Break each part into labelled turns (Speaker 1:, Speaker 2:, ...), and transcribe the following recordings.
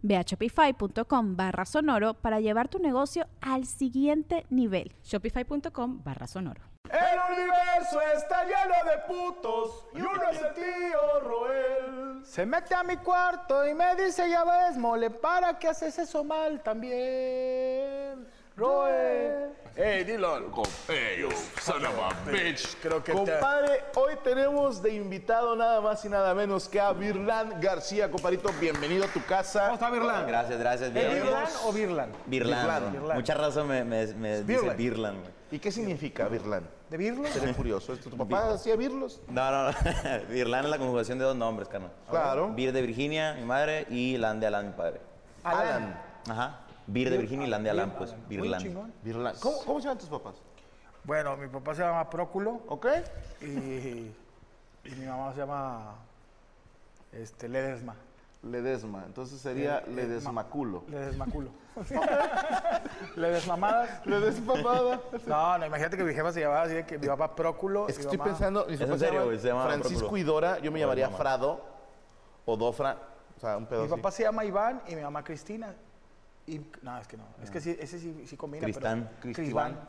Speaker 1: Ve a shopify.com barra sonoro para llevar tu negocio al siguiente nivel.
Speaker 2: Shopify.com barra sonoro.
Speaker 3: El universo está lleno de putos y uno es el tío Roel. Se mete a mi cuarto y me dice, ya ves, mole, para que haces eso mal también. Roel.
Speaker 4: Hey, dilo. Hey, you son of a bitch.
Speaker 3: Creo que Compadre, hoy tenemos de invitado nada más y nada menos que a Virlan García. Compadrito, bienvenido a tu casa.
Speaker 5: ¿Cómo está Virlan?
Speaker 6: Gracias, gracias.
Speaker 3: ¿Es
Speaker 6: Birlan.
Speaker 3: Virlan o Virlan?
Speaker 6: Birlan,
Speaker 3: Birlan,
Speaker 6: güey.
Speaker 3: Birlan.
Speaker 6: Mucha raza me, me, me dice
Speaker 3: Birlan.
Speaker 6: Birlan. güey.
Speaker 3: ¿Y qué significa Virlan?
Speaker 5: ¿De Birlo?
Speaker 3: Seré curioso. ¿Tu papá hacía birlos?
Speaker 6: No, no, no. Birlan es la conjugación de dos nombres, carnal.
Speaker 3: Claro.
Speaker 6: Bir de Virginia, mi madre, y Lan de Alan, mi padre.
Speaker 3: Alan.
Speaker 6: Ajá. Bir de Virginia y Lan de Alan, pues.
Speaker 5: Muy
Speaker 6: Birlan.
Speaker 5: chingón.
Speaker 3: Virlan. ¿Cómo, cómo se llaman tus papás?
Speaker 5: Bueno, mi papá se llama Próculo
Speaker 3: ¿Ok?
Speaker 5: y, y mi mamá se llama este, Ledesma.
Speaker 3: Ledesma. Entonces sería Ledesmaculo.
Speaker 5: Ledesmaculo. Ledesmamadas.
Speaker 3: Ledesmapada.
Speaker 5: No, no, imagínate que mi jefa se llamaba así, de que mi papá Próculo.
Speaker 3: Es que
Speaker 5: mi
Speaker 3: estoy
Speaker 5: mamá-
Speaker 3: pensando, mis
Speaker 6: Es en
Speaker 3: papás
Speaker 6: serio,
Speaker 3: llaman
Speaker 6: güey, se llama
Speaker 3: Francisco
Speaker 6: Próculo.
Speaker 3: y Dora, yo me llamaría
Speaker 6: mamá.
Speaker 3: Frado o Dofra, o sea, un pedo
Speaker 5: Mi
Speaker 3: así.
Speaker 5: papá se llama Iván y mi mamá Cristina. Y, no, es que no. Es
Speaker 3: Ah.
Speaker 5: que sí, ese sí, sí combina. pero-
Speaker 6: Cristán.
Speaker 5: Crisván. Crisván.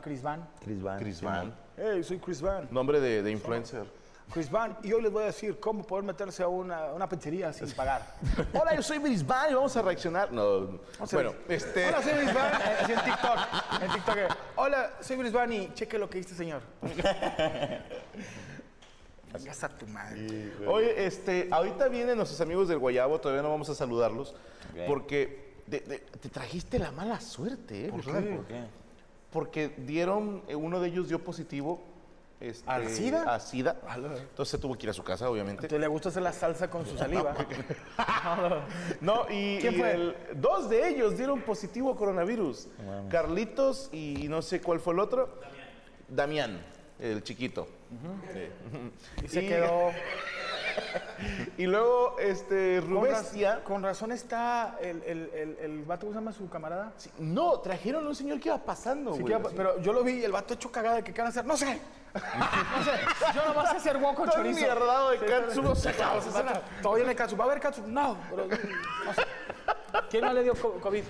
Speaker 6: Chris Van.
Speaker 3: Chris Van.
Speaker 5: Hey, soy Crisván.
Speaker 3: Nombre de, de influencer.
Speaker 5: Chris Van, y hoy les voy a decir cómo poder meterse a una, a una pizzería sin pagar.
Speaker 3: Hola, yo soy Brisbane y vamos a reaccionar. No, bueno, este...
Speaker 5: Hola, soy Brisbane. eh, así en TikTok. En TikTok. eh, Hola, soy Brisbane y cheque lo que hice, señor. Vengas a tu madre.
Speaker 3: Oye, este, ahorita vienen nuestros amigos del Guayabo, todavía no vamos a saludarlos, porque de- de- te trajiste la mala suerte, ¿eh? Virlan?
Speaker 6: ¿Por qué?
Speaker 3: Porque dieron, eh, uno de ellos dio positivo. este,
Speaker 5: ¿Al SIDA?
Speaker 3: A SIDA. Entonces tuvo que ir a su casa, obviamente.
Speaker 5: Te le gusta hacer la salsa con su saliva.
Speaker 3: No, y,
Speaker 5: ¿Quién
Speaker 3: y
Speaker 5: fue?
Speaker 3: el- dos de ellos dieron positivo a coronavirus. Carlitos y no sé cuál fue el otro. Damián, el chiquito.
Speaker 5: Y se
Speaker 3: Y-
Speaker 5: quedó.
Speaker 3: Y luego, este,
Speaker 5: Con, raz-
Speaker 3: Rubestia.
Speaker 5: con razón está el, el, el, el vato, ¿cómo se llama su camarada?
Speaker 3: Sí, No, trajeron a un señor que iba pasando,
Speaker 5: Sí,
Speaker 3: güey.
Speaker 5: que iba-
Speaker 3: así.
Speaker 5: pero yo lo vi, el vato hecho cagada de que querían hacer. ¡No sé! no sé. Yo nomás sé hacer hueco con
Speaker 3: Todo
Speaker 5: chorizo.
Speaker 3: mierdado de catsup, no sé,
Speaker 5: claro,
Speaker 3: vamos a hacer una-
Speaker 5: Todavía no hay catsup. ¿Va a haber catsup? No. pero- no sé. ¿Quién no le dio co- COVID?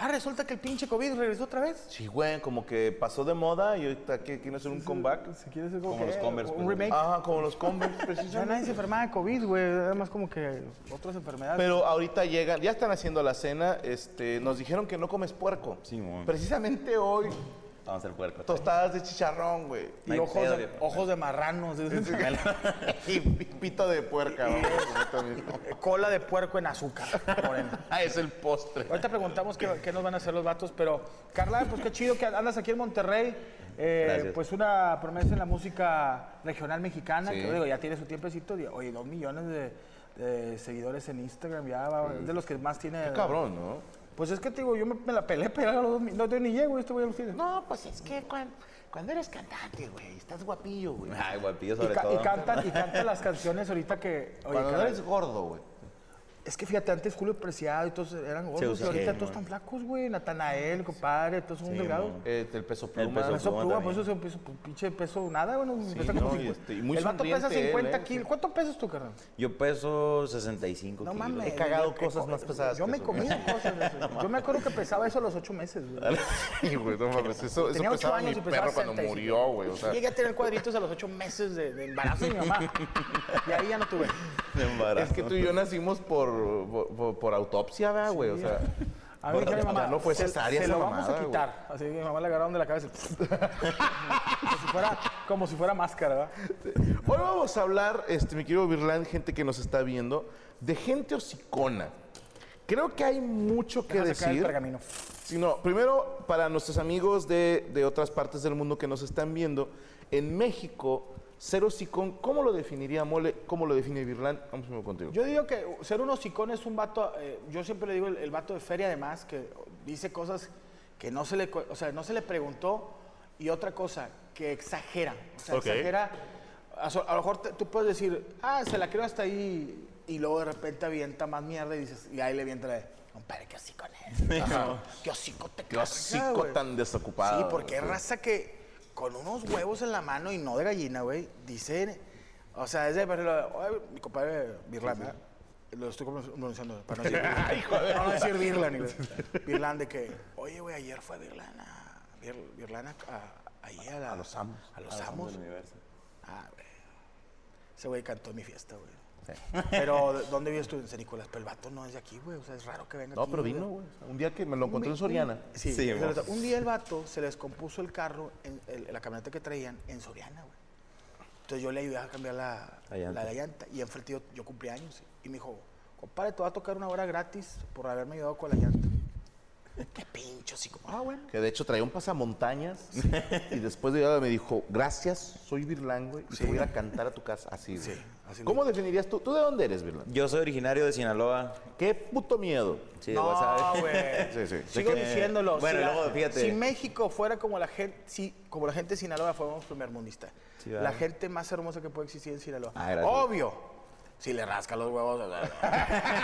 Speaker 5: Ah, resulta que el pinche COVID regresó otra vez.
Speaker 3: Sí, güey, como que pasó de moda y ahorita que quieren hacer un comeback.
Speaker 5: Si quieres hacer
Speaker 6: Como los Converse,
Speaker 5: Un
Speaker 6: pues.
Speaker 5: remake.
Speaker 3: Ajá, como los Converse,
Speaker 5: Ya nadie se
Speaker 3: precisamente.
Speaker 5: enfermaba de COVID, güey. Además, como que otras enfermedades.
Speaker 3: Pero ahorita llegan, ya están haciendo la cena. Este, nos dijeron que no comes puerco.
Speaker 6: Sí, güey.
Speaker 3: Precisamente hoy,
Speaker 6: Vamos a hacer puerco.
Speaker 3: tostadas de chicharrón, güey.
Speaker 5: y
Speaker 6: No hay
Speaker 5: ojos,
Speaker 6: pedo,
Speaker 5: de,
Speaker 6: viejo.
Speaker 5: ojos de marranos.
Speaker 3: Y pi- pito de puerca, ¿no?
Speaker 5: Cola de puerco en azúcar. morena.
Speaker 3: Ah, es el postre.
Speaker 5: Ahorita preguntamos qué, qué nos van a hacer los vatos, pero Carla, pues qué chido que andas aquí en Monterrey. Eh,
Speaker 6: Gracias.
Speaker 5: pues una promesa en la música regional mexicana,
Speaker 6: Sí.
Speaker 5: que digo, ya tiene su tiempecito, di- oye, dos millones de, de seguidores en Instagram, ya va, es de los que más tiene.
Speaker 3: Mm. Cabrón, ¿no?
Speaker 5: Pues es que te digo, yo me, me la pelé, pero a los dos mil- no yo ni este llego, esto voy a los tienes.
Speaker 3: No, pues es que cuan- cuando eres cantante, güey, estás guapillo, güey.
Speaker 6: Ay, guapillo
Speaker 5: Y,
Speaker 6: sobre
Speaker 5: ca- y
Speaker 6: todo.
Speaker 5: canta, y canta las canciones ahorita que. Oye,
Speaker 3: Cuando no
Speaker 5: Carla,
Speaker 3: eres gordo, güey.
Speaker 5: Es que fíjate, antes Julio Preciado y todos eran gordos, y
Speaker 6: usa-
Speaker 5: ahorita
Speaker 6: Sí,
Speaker 5: todos
Speaker 6: man.
Speaker 5: están flacos, güey. Natanael, compadre, todos son delgados.
Speaker 6: man.
Speaker 3: Eh, el peso
Speaker 6: El
Speaker 3: pluma.
Speaker 6: peso
Speaker 5: Peso
Speaker 6: pluma
Speaker 5: pluma,
Speaker 6: también.
Speaker 5: por eso se peso, pinche peso nada, bueno, pesa
Speaker 3: no,
Speaker 5: como
Speaker 3: y
Speaker 5: 50.
Speaker 3: este, y muy
Speaker 5: El vato pesa
Speaker 3: sonriente él,
Speaker 5: 50
Speaker 3: ¿eh?
Speaker 5: kilos. ¿Cuánto pesas tú, carnal?
Speaker 6: Yo peso 65
Speaker 5: No
Speaker 6: kilos.
Speaker 5: mames.
Speaker 3: He cagado
Speaker 5: yo-
Speaker 3: cosas más pesadas
Speaker 5: Yo
Speaker 3: que
Speaker 5: me
Speaker 3: eso,
Speaker 5: comía cosas de eso. yo me acuerdo que pesaba eso a los 8 meses, güey.
Speaker 3: Sí, güey, no mames. Eso, eso
Speaker 5: Tenía 8
Speaker 3: pesaba
Speaker 5: años
Speaker 3: mi
Speaker 5: y pesaba
Speaker 3: perro cuando
Speaker 5: 65.
Speaker 3: murió, güey. O sea,
Speaker 5: Llegué a tener cuadritos a los 8 meses de, de embarazo de mi mamá. y ahí ya no tuve.
Speaker 6: De embarazo.
Speaker 3: es que tú y yo nacimos por, por, por- por autopsia, ¿verdad, güey. O sea,
Speaker 5: A mí me
Speaker 6: Bueno,
Speaker 5: dijeron mi
Speaker 6: ya
Speaker 5: mamá,
Speaker 6: no fue
Speaker 5: se,
Speaker 6: cesárea
Speaker 5: se
Speaker 6: esa
Speaker 5: lo vamos
Speaker 6: mamada,
Speaker 5: a
Speaker 6: güey.
Speaker 5: quitar. Así que mi mamá le agarraron de la cabeza. como, si fuera, como si fuera máscara, ¿verdad?
Speaker 3: Hoy vamos a hablar, este, mi querido Virlán, gente que nos está viendo, de gente hocicona. Creo que hay mucho que
Speaker 5: Deja sacar el
Speaker 3: decir.
Speaker 5: pergamino.
Speaker 3: Sí, no, primero, para nuestros amigos de, de otras partes del mundo que nos están viendo, en México, ser hocicón, ¿cómo lo definiría Mole? ¿Cómo lo define Virlán? Vamos primero contigo.
Speaker 5: Yo digo que ser un hocicón es un vato, eh, yo siempre le digo el, el vato de feria además, que dice cosas que no se le, co- o sea, no se le preguntó y otra cosa, que exagera. O sea,
Speaker 7: Ok.
Speaker 5: exagera. A, so- a lo mejor te- tú puedes decir, ah, se la creo hasta ahí y luego de repente avienta más mierda y dices, y ahí le avienta la de, compadre, qué hocicón es. Qué hocico te
Speaker 3: Qué
Speaker 5: carga,
Speaker 3: hocico
Speaker 5: güey".
Speaker 3: tan desocupado.
Speaker 5: Sí, porque hay
Speaker 3: güey.
Speaker 5: raza que con unos huevos en la mano y no de gallina, güey, dicen, o sea, es de, por ejemplo, "Oye, mi compadre Birlan, ¿verdad? lo estoy como pronunciando para no decir, para no decir Birlan, güey. Birlan de que, oye, güey, ayer fue Birlan a, Bir- Birlan a, a- ahí a, la-
Speaker 6: los amos.
Speaker 5: A los
Speaker 6: A los amos
Speaker 5: amos.
Speaker 6: del universo.
Speaker 5: Ah, güey. Ese güey cantó en mi fiesta, güey. Pero, ¿de- ¿dónde vives tú en San Nicolás? Pero el vato no es de aquí, güey. O sea, es raro que venga
Speaker 3: No,
Speaker 5: aquí,
Speaker 3: pero
Speaker 5: güey.
Speaker 3: vino, güey. Un día que me lo encontré en Soriana.
Speaker 5: Sí,
Speaker 6: Sí,
Speaker 5: es
Speaker 6: mo.
Speaker 5: verdad. un día el vato se les compuso el carro, en, el- la camioneta que traían, en Soriana, güey. Entonces yo le ayudé a cambiar la, la
Speaker 6: La llanta.
Speaker 5: llanta. y enfrente yo, yo cumplí años. Y me dijo, compadre, te va a tocar una hora gratis por haberme ayudado con la llanta. Qué pincho, así como, ah, bueno.
Speaker 3: Que de hecho traía un pasamontañas y después de llegar me dijo, gracias, soy Virlán, güey, y te voy a ir a cantar a tu casa. Así, güey.
Speaker 5: así
Speaker 3: ¿Cómo definirías tú? ¿Tú de dónde eres, Virlán?
Speaker 6: Yo soy originario de Sinaloa.
Speaker 3: Qué puto miedo.
Speaker 6: Sí, de
Speaker 5: No,
Speaker 6: WhatsApp.
Speaker 5: güey.
Speaker 3: Sí, sí.
Speaker 5: Sigo
Speaker 6: Es que-
Speaker 5: diciéndolo.
Speaker 6: Bueno,
Speaker 5: si la-
Speaker 6: luego, fíjate.
Speaker 5: Si México fuera como la gente, si, como la gente de Sinaloa, fuéramos primer mundista.
Speaker 6: Sí, ¿verdad?
Speaker 5: la gente más hermosa que puede existir en Sinaloa.
Speaker 6: Ah, gracias.
Speaker 5: Obvio. Si le rasca los huevos. o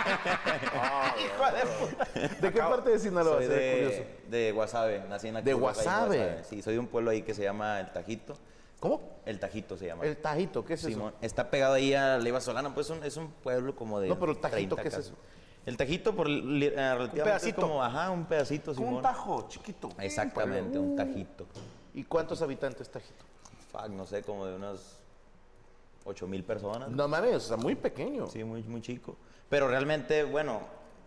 Speaker 5: sea, obvio.
Speaker 3: ¿De qué parte de Sinaloa?
Speaker 6: Soy
Speaker 3: Se ve curioso.
Speaker 6: de, de Guasave, nací en
Speaker 3: ¿De
Speaker 6: Acapulco, ahí en
Speaker 3: Guasave?
Speaker 6: Sí, soy de un pueblo ahí que se llama El Tajito.
Speaker 3: ¿Cómo?
Speaker 6: El Tajito se llama.
Speaker 3: El Tajito, ¿qué es
Speaker 6: Simón,
Speaker 3: eso?
Speaker 6: está pegado ahí a la Iba Solana, pues un- es un pueblo como de.
Speaker 3: No, pero el Tajito,
Speaker 6: 30
Speaker 3: ¿qué es
Speaker 6: casas.
Speaker 3: eso?
Speaker 6: El Tajito, por, li- eh, relativamente es
Speaker 5: pedacito.
Speaker 6: como, ajá, un pedacito, Simón.
Speaker 3: Como un tajo, Uh. chiquito.
Speaker 6: Exactamente, un Tajito.
Speaker 3: ¿Y cuántos habitantes Tajito?
Speaker 6: Fuck, no sé, como de unas 8 mil personas.
Speaker 3: No mames, o sea, muy pequeño.
Speaker 6: Ah, Sí, muy, muy chico. Pero realmente, bueno,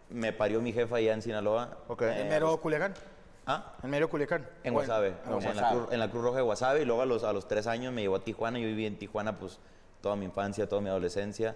Speaker 6: me parió mi jefa allá en Sinaloa.
Speaker 3: Ok.
Speaker 5: En mero Culiacán.
Speaker 6: ¿Ah?
Speaker 5: En mero Culiacán.
Speaker 6: Eh, pues, En
Speaker 5: Bueno,
Speaker 6: Guasave,
Speaker 5: en
Speaker 6: en, la
Speaker 5: Guasave.
Speaker 6: Cruz, en la Cruz Roja de Guasave. Y luego a los, a los tres años me llevó a Tijuana. Yo viví en Tijuana pues toda mi infancia, toda mi adolescencia.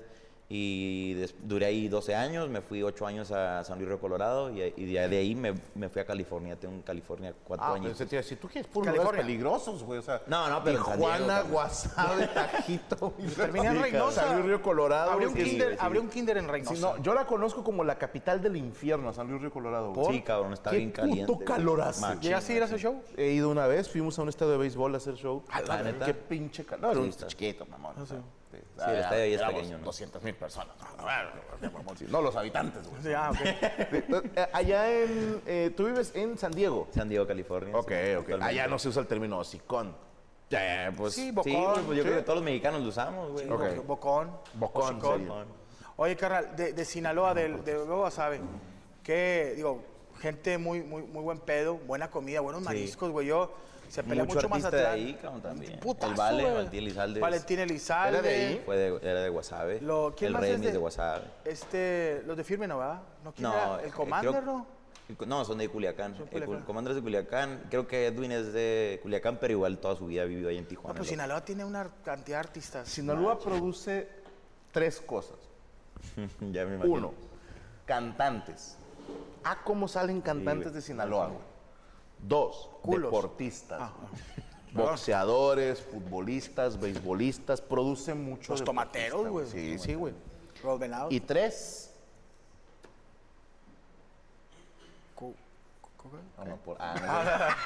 Speaker 6: Y des- duré ahí 12 años, me fui 8 años a San Luis Río Colorado y, y de, de ahí me, me fui a California. Tengo en California 4
Speaker 3: Ah,
Speaker 6: años.
Speaker 3: pero te si tú quieres puros lugares
Speaker 5: California.
Speaker 3: peligrosos, güey, o sea.
Speaker 6: No, no, pero en San Diego,
Speaker 3: Tijuana,
Speaker 6: cabrón.
Speaker 3: Guasave, Tajito. y
Speaker 5: Terminé en
Speaker 3: San
Speaker 5: Reynosa.
Speaker 3: Luis Río Colorado.
Speaker 5: Abrió un
Speaker 3: güey, sí,
Speaker 5: kinder,
Speaker 3: güey, sí.
Speaker 5: abrió un kinder en Reynosa.
Speaker 3: Sí, no, yo la conozco como la capital del infierno, San Luis Río Colorado. güey.
Speaker 6: Sí, cabrón, está
Speaker 3: Qué
Speaker 6: bien caliente,
Speaker 3: Puto
Speaker 6: güey.
Speaker 3: calorazo.
Speaker 6: Machín.
Speaker 5: ¿Llegaste a ir a ese show?
Speaker 3: He ido una vez, fuimos a un estadio de béisbol a hacer show.
Speaker 6: Ah, la neta.
Speaker 3: Qué pinche calor. No, era
Speaker 6: Sí,
Speaker 3: un
Speaker 6: está.
Speaker 3: chiquito, mamón.
Speaker 5: Ah,
Speaker 3: o sea, Sí,
Speaker 6: Sí, el estadio ahí es
Speaker 3: éramos
Speaker 6: pequeño, ¿no?
Speaker 3: 200 mil personas. No, no, no, mamón, sí, no los habitantes, güey.
Speaker 5: Sí, ah, ok.
Speaker 3: Eh, Allá en. eh, tú vives en San Diego.
Speaker 6: San Diego, California.
Speaker 3: Ok,
Speaker 6: sí,
Speaker 3: ok.
Speaker 6: totalmente.
Speaker 3: Allá no se usa el término hocicón. Eh, pues.
Speaker 5: Sí,
Speaker 6: Sí,
Speaker 5: Bocón,
Speaker 6: güey, pues yo
Speaker 3: sí.
Speaker 6: creo que todos los mexicanos lo usamos, güey.
Speaker 3: Ok.
Speaker 5: Bocón.
Speaker 3: Bocón,
Speaker 5: Hocicón.
Speaker 3: sería.
Speaker 5: Oye, carnal, de, de Sinaloa, del- de, Guasave, que, digo, gente muy, muy, muy buen pedo, buena comida, buenos mariscos, güey. Yo se pelea
Speaker 6: Mucho
Speaker 5: mucho, más
Speaker 6: artista de
Speaker 5: atrás.
Speaker 6: ahí, cabrón, también.
Speaker 5: Putazo,
Speaker 6: El Vale,
Speaker 5: güey.
Speaker 6: Valentín Elizalde.
Speaker 5: Valentín Elizalde.
Speaker 3: ¿Era de ahí?
Speaker 6: Fue de, era de Guasave.
Speaker 5: Lo- ¿quién
Speaker 6: el
Speaker 5: más es
Speaker 6: Remis
Speaker 5: de-
Speaker 6: de Guasave.
Speaker 5: Este, los de firme no va. No, ¿quién
Speaker 6: No,
Speaker 5: era?
Speaker 6: eh,
Speaker 5: El Commander,
Speaker 6: creo-
Speaker 5: ¿no? pues
Speaker 6: el co- No, son de Culiacán.
Speaker 5: Son de
Speaker 6: El,
Speaker 5: Culiacán.
Speaker 6: Cul- Commander es de Culiacán. Creo que Edwin es de Culiacán, pero igual toda su vida ha vivido ahí en
Speaker 5: No, pues
Speaker 6: Tijuana.
Speaker 5: pero
Speaker 6: loco.
Speaker 5: Sinaloa tiene una cantidad de artistas.
Speaker 3: Sinaloa produce tres cosas.
Speaker 6: ya me imagino.
Speaker 3: Uno, cantantes. Ah, cómo salen cantantes de Sinaloa, güey. Dos,
Speaker 5: Culos.
Speaker 3: deportistas.
Speaker 5: Ah,
Speaker 3: güey. Boxeadores, futbolistas, beisbolistas, produce mucho.
Speaker 5: Los
Speaker 3: deportista,
Speaker 5: tomateros, güey.
Speaker 3: Sí, sí, güey.
Speaker 5: Los venados.
Speaker 3: Y tres.
Speaker 5: Cu- cu- cu-
Speaker 3: Ah, no, por- ah,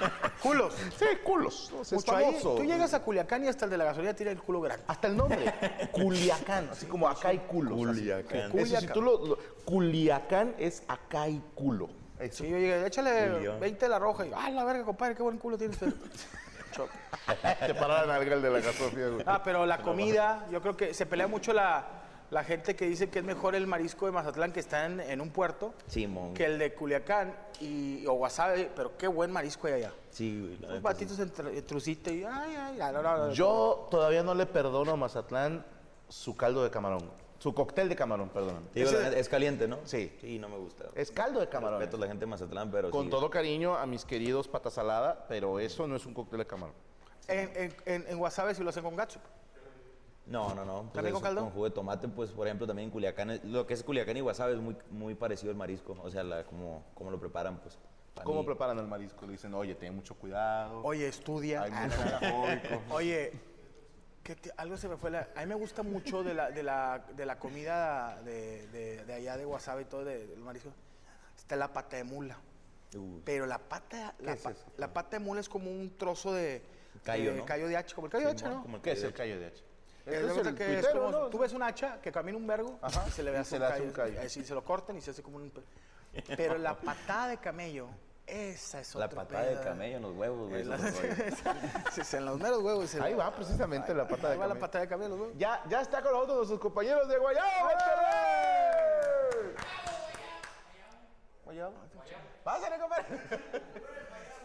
Speaker 3: no,
Speaker 5: Culos.
Speaker 3: sí, culos. O sea, es
Speaker 5: Mucho ahí.
Speaker 3: famoso.
Speaker 5: Tú llegas a Culiacán y hasta el de la gasolina tiene el culo grande.
Speaker 3: Hasta el nombre, Culiacán, así como acá hay culo. Culiacán. Eso, si tú lo- lo- Culiacán es acá hay culo. Eso.
Speaker 5: Sí, yo llegué, échale 20 de la roja. Y yo, ah, la verga, compadre, qué buen culo tiene usted. Choc.
Speaker 3: Te para la nalga el de la gasofía, güey.
Speaker 5: ah, pero la comida, yo creo que se pelea mucho la, la gente que dice que es mejor el marisco de Mazatlán que está en, en un puerto
Speaker 6: Simón.
Speaker 5: que el de Culiacán y, o Guasave, pero qué buen marisco hay allá.
Speaker 6: Sí, güey. la
Speaker 5: Unos
Speaker 6: neta, sí.
Speaker 5: patitos en, tru- en trucita y ay, ay, ay, no, no, no.
Speaker 3: Yo todavía no le perdono a Mazatlán su caldo de camarón. güey. Su cóctel de camarón, perdón.
Speaker 6: Te digo, la
Speaker 3: Ese-
Speaker 6: neta, es caliente, ¿no?
Speaker 3: Sí.
Speaker 6: Sí, no me gusta.
Speaker 3: es caldo de camarón.
Speaker 6: Respeto a la gente de Mazatlán, pero
Speaker 3: Con
Speaker 6: sí.
Speaker 3: todo cariño a mis queridos patasalada, pero eso no es un cóctel de camarón.
Speaker 5: En, en, en, en wasabi si lo hacen con gacho.
Speaker 6: No, no, no. pues
Speaker 5: ¿También con
Speaker 6: eso,
Speaker 5: caldo?
Speaker 6: Con jugo de tomate, pues, por ejemplo, también en Culiacán. es- Lo que es Culiacán y Guasave es muy, muy parecido al marisco. O sea, la, como, como lo preparan, pues. para
Speaker 3: ¿Cómo
Speaker 6: mí-
Speaker 3: preparan el marisco? Le dicen, oye, ten mucho cuidado.
Speaker 5: Oye, estudia.
Speaker 3: Hay
Speaker 5: Ah,
Speaker 3: mucho
Speaker 5: no.
Speaker 3: alcohólico.
Speaker 5: Oye, ¿qué te- algo se me fue. la- a mí me gusta mucho de la, de la, de la comida de, de- de allá de Guasave y todo, de- del marisco. Está la pata de mula.
Speaker 6: Uy.
Speaker 5: Pero la pata, la,
Speaker 3: es
Speaker 5: pa-
Speaker 3: eso?
Speaker 5: la pata de mula es como un trozo de
Speaker 6: Callo,
Speaker 5: de,
Speaker 6: ¿no?
Speaker 5: callo de hacha, como el callo de hacha, ¿no?
Speaker 6: Como el
Speaker 3: ¿Qué es el
Speaker 6: callo
Speaker 3: callo de hacha?
Speaker 5: Eh,
Speaker 3: Este
Speaker 5: haz de cuenta que es
Speaker 3: tuitero,
Speaker 5: como-
Speaker 3: ¿no?
Speaker 5: Tú ves un hacha que camina un vergo
Speaker 3: Ajá,
Speaker 5: y se le ve
Speaker 3: y
Speaker 5: hace
Speaker 3: se
Speaker 5: un
Speaker 3: le hace
Speaker 5: callo.
Speaker 3: un callo.
Speaker 5: Eh, sí, se lo cortan y se hace como un... pe- Pero la patada de camello, esa es
Speaker 6: La
Speaker 5: otro
Speaker 6: patada de
Speaker 5: pedo.
Speaker 6: camello en los huevos, güey.
Speaker 5: Es la-
Speaker 6: es otro rollo.
Speaker 5: se- se- en los meros huevos. se
Speaker 3: Ahí
Speaker 5: la-
Speaker 3: va precisamente la pata de
Speaker 5: Ahí va la
Speaker 3: camarón.
Speaker 5: patada de camello, los huevos.
Speaker 3: Ya, ya está con nosotros nuestros compañeros de Guayabo. Guayabo. Pásale, compadre.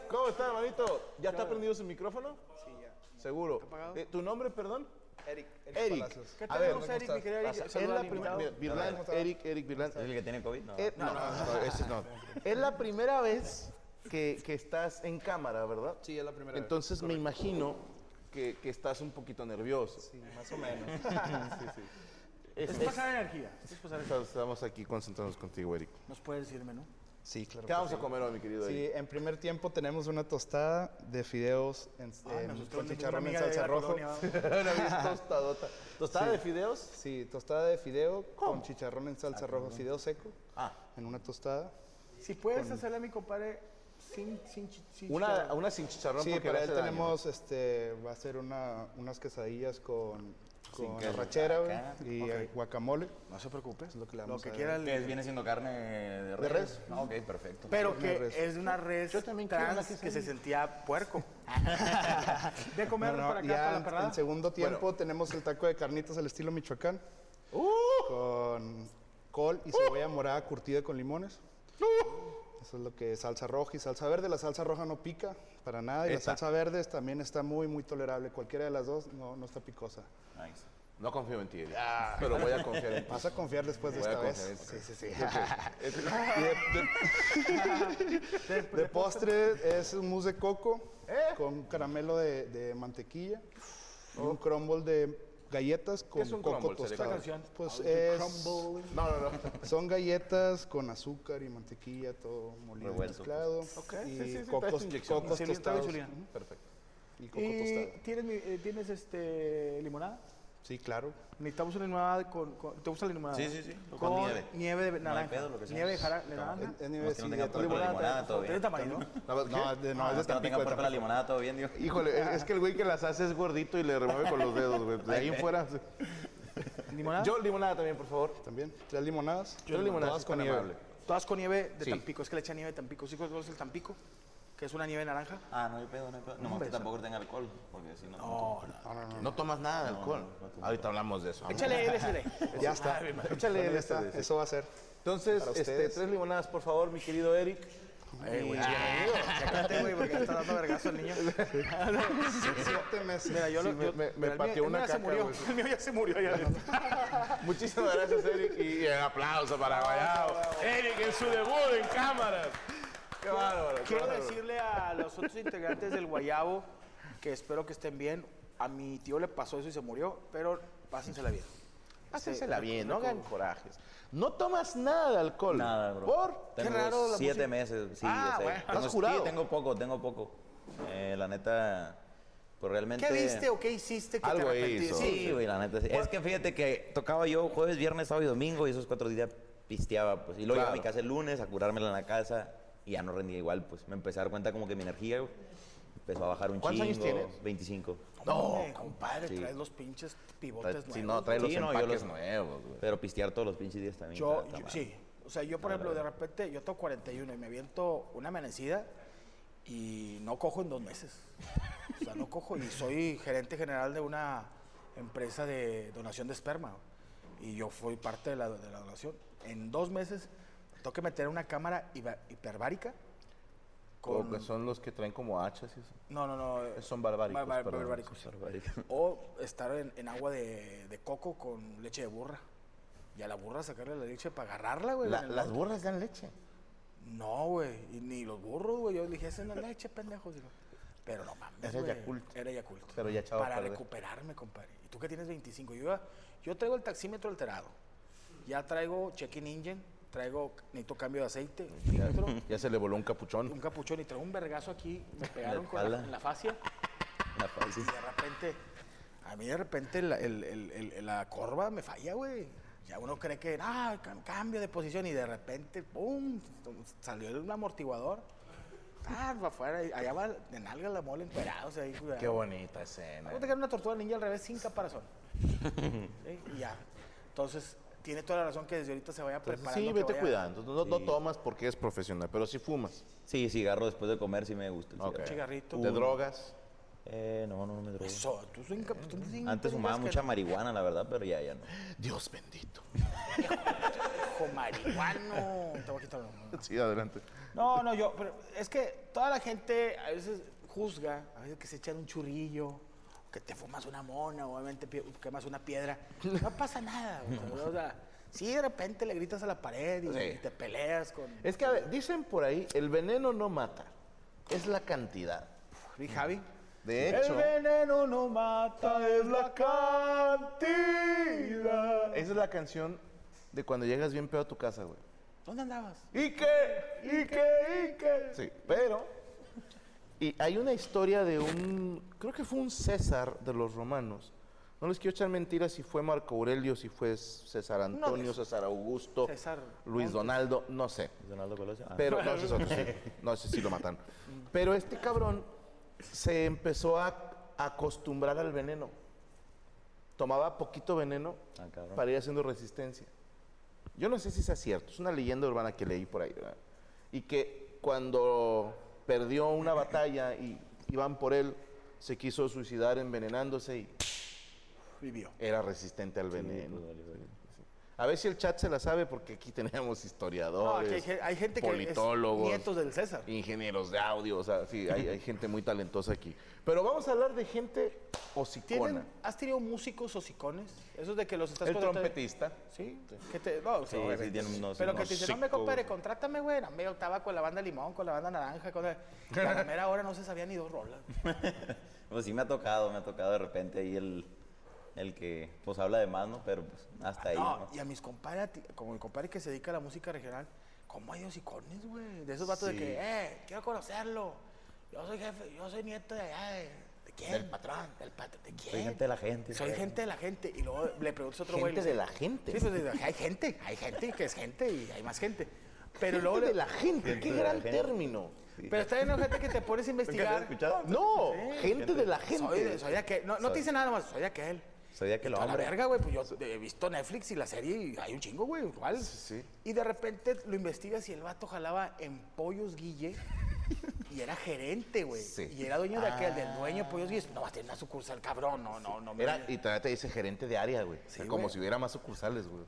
Speaker 3: ¿Cómo está, hermanito? ¿Ya está prendido su micrófono? Sí, ya. Seguro. Eh, ¿Tu nombre, perdón?
Speaker 7: Eric, Eric,
Speaker 3: Eric.
Speaker 7: Palacios.
Speaker 5: ¿Qué
Speaker 3: A ver,
Speaker 5: tal,
Speaker 3: ¿cómo
Speaker 5: Eric, mi querido Eric?
Speaker 3: Es
Speaker 5: Saluda
Speaker 3: la
Speaker 5: al
Speaker 3: primera.
Speaker 5: invitado.
Speaker 3: Virlan, Eric, Eric Virlan.
Speaker 6: ¿Es el que tiene COVID? No.
Speaker 3: Eh, no, no, ese no. Es la primera vez que, que estás en cámara, ¿verdad?
Speaker 7: Sí, es la primera vez.
Speaker 3: Entonces me imagino que, que estás un poquito nervioso.
Speaker 7: Sí, más o menos.
Speaker 3: Es-
Speaker 5: Es
Speaker 3: es-
Speaker 5: pasar energía. Es pasar energía.
Speaker 3: estamos aquí concentrados contigo, Eric.
Speaker 5: Nos puedes decirme, ¿no?
Speaker 7: Sí, claro.
Speaker 3: ¿Qué
Speaker 7: que
Speaker 3: vamos
Speaker 7: sí.
Speaker 3: a comer hoy, mi querido
Speaker 7: Sí,
Speaker 3: Eric?
Speaker 7: en primer tiempo tenemos una tostada de fideos en,
Speaker 5: Ay,
Speaker 7: en-
Speaker 5: Ah, me gustó una-
Speaker 7: con
Speaker 5: una
Speaker 7: chicharrón en
Speaker 5: amiga de
Speaker 7: salsa
Speaker 5: la
Speaker 7: rojo.
Speaker 5: colonia,
Speaker 3: Una bien tostadota. ¿Tostada de fideos?
Speaker 7: Sí, tostada de fideo con chicharrón en salsa rojo, fideo seco.
Speaker 3: Ah.
Speaker 7: En una tostada.
Speaker 5: Si puedes hacerle a mi compadre sin, sin, chi- sin
Speaker 3: Una,
Speaker 5: chicharrón.
Speaker 3: una sin chicharrón
Speaker 7: Sí,
Speaker 3: porque
Speaker 7: para
Speaker 3: le
Speaker 7: él
Speaker 3: hace daño.
Speaker 7: tenemos, este, va a ser una, unas quesadillas con, con
Speaker 6: queso.
Speaker 7: arrachera güey,
Speaker 6: Acá.
Speaker 7: y eh, guacamole.
Speaker 5: No se preocupe.
Speaker 7: lo que le
Speaker 5: Lo
Speaker 7: vamos
Speaker 5: que
Speaker 7: a dar.
Speaker 5: quiera. el-
Speaker 6: ¿Qué es? ¿Viene siendo carne de res?
Speaker 7: res.
Speaker 6: Ah, ok, perfecto.
Speaker 5: Pero
Speaker 7: Una
Speaker 5: que
Speaker 7: res.
Speaker 5: es una res
Speaker 3: Yo también quiero una
Speaker 5: trans
Speaker 3: quesadilla.
Speaker 5: que se sentía puerco. De comer
Speaker 7: No, no,
Speaker 5: para acá,
Speaker 7: ya
Speaker 5: para
Speaker 7: en-
Speaker 5: la parada.
Speaker 7: En segundo tiempo tenemos el taco de carnitas al estilo Michoacán.
Speaker 5: ¡Uh!
Speaker 7: Con col y cebolla morada curtida con limones.
Speaker 5: ¡Uh!
Speaker 7: Eso es lo que es salsa roja y salsa verde. La salsa roja no pica para nada. Y la
Speaker 6: Esta.
Speaker 7: salsa verde es- también está muy, muy tolerable. Cualquiera de las dos no, no está picosa.
Speaker 6: Nice.
Speaker 3: No confío en ti, Eric. Pero voy a confiar en ti.
Speaker 7: Vas a confiar después de
Speaker 3: Voy a
Speaker 7: esta vez.
Speaker 3: confiar en ti.
Speaker 7: Sí, sí, sí.
Speaker 3: Es- de-
Speaker 7: De postre es un mousse de coco con un caramelo de, de mantequilla y un crumble de galletas con
Speaker 3: es un
Speaker 7: coco
Speaker 3: crumble, Cereca?
Speaker 7: tostado.
Speaker 5: canción?
Speaker 3: Ah,
Speaker 7: Pues
Speaker 5: I'll do
Speaker 7: es,
Speaker 5: crumble.
Speaker 3: no, no, no.
Speaker 7: son galletas con azúcar y mantequilla, todo molido y
Speaker 3: pues.
Speaker 6: Revuelto,
Speaker 7: mezclado.
Speaker 3: Ok, sí, sí,
Speaker 7: Y
Speaker 3: sí, traes tu
Speaker 7: cocos,
Speaker 3: inyección.
Speaker 7: cocos
Speaker 5: Insulina, trae
Speaker 7: tostados.
Speaker 5: insulina.
Speaker 7: Ujú,
Speaker 3: Perfecto.
Speaker 7: Y coco
Speaker 5: ¿Y
Speaker 7: tostado.
Speaker 5: tienes, mi- eh, tienes este, limonada?
Speaker 7: Sí, claro.
Speaker 5: Necesitamos una limonada con, con- ¿Te gusta la limonada?
Speaker 6: Sí, sí, sí.
Speaker 5: Con,
Speaker 6: Con
Speaker 5: nieve. de
Speaker 6: nieve. No hay
Speaker 5: naranja.
Speaker 6: pedo, lo que sea.
Speaker 5: Nieve de jara- de
Speaker 7: Es,
Speaker 5: naranja.
Speaker 7: es
Speaker 6: No,
Speaker 7: nivel
Speaker 6: es que no
Speaker 7: sí,
Speaker 6: tenga
Speaker 7: de-
Speaker 6: puerco la limonada, todo bien.
Speaker 5: ¿Tienes tamarindo?
Speaker 7: No, de- no,
Speaker 6: Ah,
Speaker 7: es
Speaker 6: es
Speaker 7: de
Speaker 6: que no tenga
Speaker 7: Tampico, de
Speaker 6: puerco la
Speaker 7: Tampico.
Speaker 6: limonada, todo bien, digo.
Speaker 3: Híjole, es- es que el güey que las hace es gordito y le remueve con los dedos, güey. De ahí en fuera. sí.
Speaker 5: ¿Limonada?
Speaker 3: Yo limonada también, por favor.
Speaker 7: También, tres limonadas.
Speaker 3: Yo limonada,
Speaker 7: todas
Speaker 3: si
Speaker 7: con
Speaker 3: están
Speaker 7: nieve.
Speaker 3: amable.
Speaker 5: Todas con nieve de
Speaker 3: Sí.
Speaker 5: Tampico. Es que le echan nieve de Tampico. ¿Sí conoces el Tampico? Que es una nieve naranja.
Speaker 6: Ah, no hay pedo, no hay pedo. No, que tampoco tenga alcohol, porque si no... No,
Speaker 3: No tomas nada de alcohol. Ahorita hablamos de eso.
Speaker 5: Échale, él, échale.
Speaker 7: Ya está.
Speaker 3: Échale,
Speaker 7: ya
Speaker 3: él
Speaker 7: está.
Speaker 3: está.
Speaker 7: Eso va a ser.
Speaker 3: este Entonces,
Speaker 7: Para
Speaker 3: este,
Speaker 7: ustedes.
Speaker 3: tres limonadas, por favor, mi querido Eric.
Speaker 5: Chécate, güey, porque está dando vergazo el niño.
Speaker 7: Siete meses.
Speaker 5: Mira, yo
Speaker 7: Sí,
Speaker 5: lo.
Speaker 7: me-
Speaker 5: yo-
Speaker 3: me- me
Speaker 5: mira, el
Speaker 3: pateó
Speaker 5: mío- el
Speaker 3: una
Speaker 5: mío ya
Speaker 3: caca,
Speaker 5: Se murió.
Speaker 3: güey.
Speaker 5: El mío ya se murió. Ya
Speaker 3: Muchísimas gracias, Eric. Y eh, el aplauso para Guayao. Eric en su debut en cámara. Qué bárbaro. qué
Speaker 5: Quiero
Speaker 3: bárbaro.
Speaker 5: decirle a los otros integrantes del Guayabo que espero que estén bien. A mi tío le pasó eso y se murió, pero pásensela bien.
Speaker 3: Hacésela bien, no hagan corajes. No tomas nada de alcohol.
Speaker 6: Nada, bro.
Speaker 3: ¿Por?
Speaker 6: Tengo
Speaker 5: raro la
Speaker 6: siete meses, sí,
Speaker 5: Ah,
Speaker 6: yo sé.
Speaker 5: bueno.
Speaker 6: Tengo-
Speaker 3: ¿Has jurado?
Speaker 6: Sí, tengo poco, tengo poco. Eh, la neta, pues realmente...
Speaker 5: ¿Qué viste o qué hiciste que
Speaker 3: Algo
Speaker 5: te arrepentiste?
Speaker 3: hizo.
Speaker 6: Sí, güey, la neta. sí. Es que fíjate que tocaba yo jueves, viernes, sábado y domingo y esos cuatro días pisteaba, pues. Y luego iba a mi
Speaker 3: Claro.
Speaker 6: casa el lunes a curármela en la casa y ya no rendía igual, pues. Me empecé a dar cuenta como que mi energía güey, empezó a bajar un
Speaker 3: ¿Cuántos años
Speaker 6: chingo.
Speaker 3: tienes?
Speaker 6: 25.
Speaker 5: No, compadre,
Speaker 6: Sí.
Speaker 5: traes los pinches pivotes
Speaker 3: Si
Speaker 5: nuevos.
Speaker 3: no, trae los
Speaker 6: Sí, no, yo
Speaker 3: empaques
Speaker 6: los-
Speaker 3: nuevos, güey.
Speaker 6: Pero pistear todos los pinches días también.
Speaker 5: Yo,
Speaker 6: está- está
Speaker 5: yo-
Speaker 6: mal.
Speaker 5: sí. O sea, yo, por ejemplo, de repente, yo tengo 41 y me aviento una amanecida y no cojo en dos meses. O sea, no cojo y soy gerente general de una empresa de donación de esperma. Y yo fui parte de la, de la donación. En dos meses tengo que meter una cámara hiba- hiperbárica
Speaker 3: O que
Speaker 5: con...
Speaker 3: Oh, pues son los que traen como hachas y eso.
Speaker 5: No, no, no.
Speaker 3: Son barbáricos,
Speaker 5: Bar- bar-
Speaker 3: perdón.
Speaker 5: barbáricos.
Speaker 6: Barbarico.
Speaker 5: O estar en, en agua de, de coco con leche de burra. Y a la burra sacarle la leche para agarrarla, güey.
Speaker 3: La-
Speaker 5: en el
Speaker 3: las
Speaker 5: bote.
Speaker 3: burras dan leche.
Speaker 5: No, güey. y Ni los burros, güey. Yo le dije, esa es la leche, pendejo. digo. Pero no mames.
Speaker 3: Era
Speaker 5: güey,
Speaker 3: Yakult.
Speaker 5: Era Yakult.
Speaker 3: Pero ya echaba a
Speaker 5: Para
Speaker 3: perder.
Speaker 5: recuperarme, compadre. Y tú que tienes 25. Yo, ya- yo traigo el taxímetro alterado. Ya traigo check-in engine. Traigo, necesito cambio de aceite.
Speaker 3: Ya,
Speaker 5: filtro,
Speaker 3: ya se le voló un
Speaker 5: un
Speaker 3: capuchón.
Speaker 5: capuchón y traigo un vergazo aquí. Me pegaron con la,
Speaker 6: espalda.
Speaker 5: en la fascia.
Speaker 6: La fácil.
Speaker 5: Y de repente, a mí de repente la, el- el- el- la corva me falla, güey. Ya uno cree que, ah, cam- cambio de posición y de repente, ¡pum! Salió el amortiguador. Ah, para afuera, y allá va de nalga la mole encuerada, o sea, ahí, güey.
Speaker 3: Qué bonita escena.
Speaker 5: Vamos a tener una tortuga ninja al revés sin caparazón. Sí, Y ya. Entonces, tiene toda la razón que desde ahorita se vaya
Speaker 3: Entonces,
Speaker 5: preparando.
Speaker 3: sí,
Speaker 5: que
Speaker 3: vete
Speaker 5: vaya-
Speaker 3: cuidando. No, no
Speaker 6: Sí.
Speaker 3: tomas porque es profesional, pero sí fumas.
Speaker 6: Sí, cigarro después de comer sí me gusta. el
Speaker 3: Ok.
Speaker 6: cigarro.
Speaker 5: Cigarrito.
Speaker 3: ¿Te
Speaker 5: Uh.
Speaker 3: drogas?
Speaker 6: Eh, no, no, no me drogo.
Speaker 5: Eso, tú soy incap- tú soy
Speaker 6: Antes
Speaker 5: incapaz
Speaker 6: fumaba
Speaker 5: Pues que-
Speaker 6: mucha marihuana, la verdad, pero ya, ya no.
Speaker 3: Dios bendito.
Speaker 5: Hijo marihuano. Te voy a quitar la-
Speaker 3: Sí, adelante.
Speaker 5: No, no, yo, pero es que toda la gente a veces juzga, a veces que se echan un churrillo, que te fumas una mona, obviamente pi- quemas una piedra. No pasa nada, güey, o sea, sí de repente le gritas a la pared y,
Speaker 3: Sí.
Speaker 5: y te peleas con...
Speaker 3: Es que, a ver, dicen por ahí, el veneno no mata, es la cantidad.
Speaker 5: ¿Y Javi?
Speaker 3: De hecho,
Speaker 5: veneno no mata, es la cantidad.
Speaker 3: esa es la canción de cuando llegas bien pedo a tu casa, güey.
Speaker 5: ¿Dónde andabas?
Speaker 3: ¿Y qué? ¿Y qué? ¿Y qué? Sí, pero... Y hay una historia de un... Creo que fue un César de los romanos. No les quiero echar mentiras si fue Marco Aurelio, si fue César Antonio, César Augusto,
Speaker 5: César
Speaker 3: Luis Donaldo, no sé.
Speaker 6: Donaldo Colosio. Ah.
Speaker 3: Pero no, ese es otro, sí. No, ese sí lo matan. Pero este cabrón se empezó a acostumbrar al veneno. Tomaba poquito veneno
Speaker 6: Ah, cabrón.
Speaker 3: para ir haciendo resistencia. Yo no sé si sea cierto, es una leyenda urbana que leí por ahí, ¿verdad? Y que cuando perdió una batalla y iban por él, se quiso suicidar envenenándose y
Speaker 5: Vivió.
Speaker 3: era resistente al veneno.
Speaker 5: pues.
Speaker 3: A ver si el chat se la sabe porque aquí tenemos
Speaker 5: No, aquí
Speaker 3: historiadores,
Speaker 5: hay, ge- hay gente que es
Speaker 3: politólogos,
Speaker 5: nietos del César.
Speaker 3: ingenieros de audio, o sea, sí, hay, hay gente muy talentosa aquí. Pero vamos a hablar de gente
Speaker 5: ¿Tienen-
Speaker 3: hocicona.
Speaker 5: ¿Has tenido músicos hocicones? Eso de que los estás
Speaker 3: El
Speaker 5: contratando-
Speaker 3: trompetista.
Speaker 5: Sí, que te, no,
Speaker 6: Sí,
Speaker 5: obviamente.
Speaker 6: sí, tiene unos-
Speaker 5: pero que
Speaker 6: unos
Speaker 5: te dicen, no me
Speaker 6: cinco".
Speaker 5: compadre, contrátame, güey, no, me octava con la banda Limón, con la banda Naranja, con la... y a la mera hora no se sabía ni dos rolas.
Speaker 6: Pues sí me ha tocado, me ha tocado de repente ahí el, el que pues habla de más, ¿no? Pero pues hasta ahí.
Speaker 5: No,
Speaker 6: nomás.
Speaker 5: y a mis compadres, a ti- como el compadre que se dedica a la música regional, ¿cómo hay hocicones, güey? De esos vatos de que, eh, quiero conocerlo, yo soy jefe, yo soy nieto de allá, de, ¿de quién? Del patrón. Del patrón, ¿de quién?
Speaker 6: Soy gente de la gente.
Speaker 5: Soy
Speaker 6: pues.
Speaker 5: gente de la gente. Y luego le preguntas a otro güey.
Speaker 3: Gente
Speaker 5: le dice,
Speaker 3: de la gente.
Speaker 5: Sí, pues, dice, hay gente, hay gente que es gente y hay más gente. Pero luego.
Speaker 3: Gente
Speaker 5: le-
Speaker 3: de la gente,
Speaker 6: Gente
Speaker 3: qué
Speaker 6: de la
Speaker 3: gran
Speaker 6: gente.
Speaker 3: término.
Speaker 5: Pero está bien, ¿no, gente que te pones a
Speaker 6: ¿Nunca lo has
Speaker 5: investigar.
Speaker 6: escuchado?
Speaker 3: No, gente de la gente.
Speaker 5: Soy de, soy de aquel. No, no te dice nada más, soy de aquel.
Speaker 6: Soy de aquel
Speaker 5: Y tú, a
Speaker 6: hombre.
Speaker 5: la verga, güey, pues yo he visto Netflix y la serie y hay un chingo, güey, igual.
Speaker 3: sí.
Speaker 5: Y de repente lo investigas y el vato jalaba en Pollos Guille y era gerente, güey.
Speaker 3: Sí. Ah.
Speaker 5: Y era dueño de aquel, del dueño de Pollos Guille. No, va a tener una sucursal, cabrón, no, no, no. me-
Speaker 3: Era- y todavía te dice gerente de área, güey. O sea,
Speaker 5: Sí,
Speaker 3: como
Speaker 5: güey.
Speaker 3: si hubiera más sucursales, güey.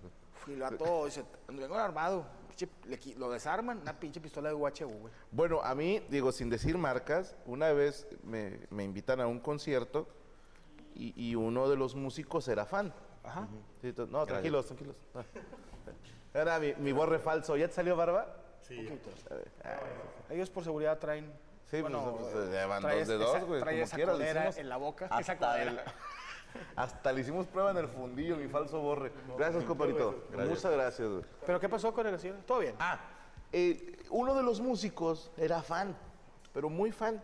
Speaker 5: Y el vato dice, vengo armado. Pinche- le qui- lo desarman, una pinche pistola de UHU, güey.
Speaker 3: Bueno, a mí, digo, sin decir marcas, una vez me, me invitan a un concierto y, y uno de los músicos era fan. Ajá. no, tranquilos, tranquilos. Ah. Era mi, mi borre falso. ¿Ya te salió barba?
Speaker 5: Ellos por seguridad traen.
Speaker 3: Sí, pues, pues, se llevan
Speaker 5: traes
Speaker 3: dos de dos,
Speaker 5: esa-
Speaker 3: güey,
Speaker 5: trae
Speaker 3: como
Speaker 5: esa
Speaker 3: quiera, le
Speaker 5: codera
Speaker 3: hicimos
Speaker 5: en la boca. esa
Speaker 3: Hasta,
Speaker 5: codera.
Speaker 3: el- hasta le hicimos prueba en el fundillo, mi falso borre. Gracias, compadrito. Muchas gracias, güey.
Speaker 5: ¿Pero qué pasó con el señor? ¿Todo bien?
Speaker 3: Ah, eh, uno de los músicos era fan, pero muy fan.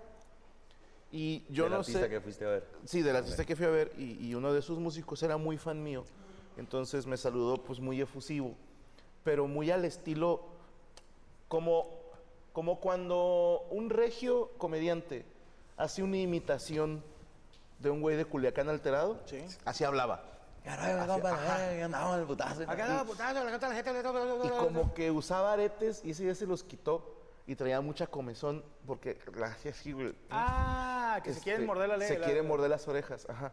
Speaker 3: Y yo
Speaker 6: Del
Speaker 3: no
Speaker 6: artista
Speaker 3: sé.
Speaker 6: que fuiste a ver.
Speaker 3: Sí, del artista que fui a ver y, y uno de sus músicos era muy fan mío. Entonces me saludó pues muy efusivo, pero muy al estilo como, como cuando un regio comediante hace una imitación de un güey de Culiacán alterado,
Speaker 5: Sí.
Speaker 3: así hablaba.
Speaker 6: andaba el putazo.
Speaker 5: Acá pues, la putazo, la canta la gente, la
Speaker 3: Y como que usaba aretes y ese día se los quitó y traía mucha comezón porque la hacía así, güey.
Speaker 5: Ah, que se
Speaker 3: Este,
Speaker 5: quieren morder la ley.
Speaker 3: Se
Speaker 5: la-
Speaker 3: quieren morder las orejas, ajá.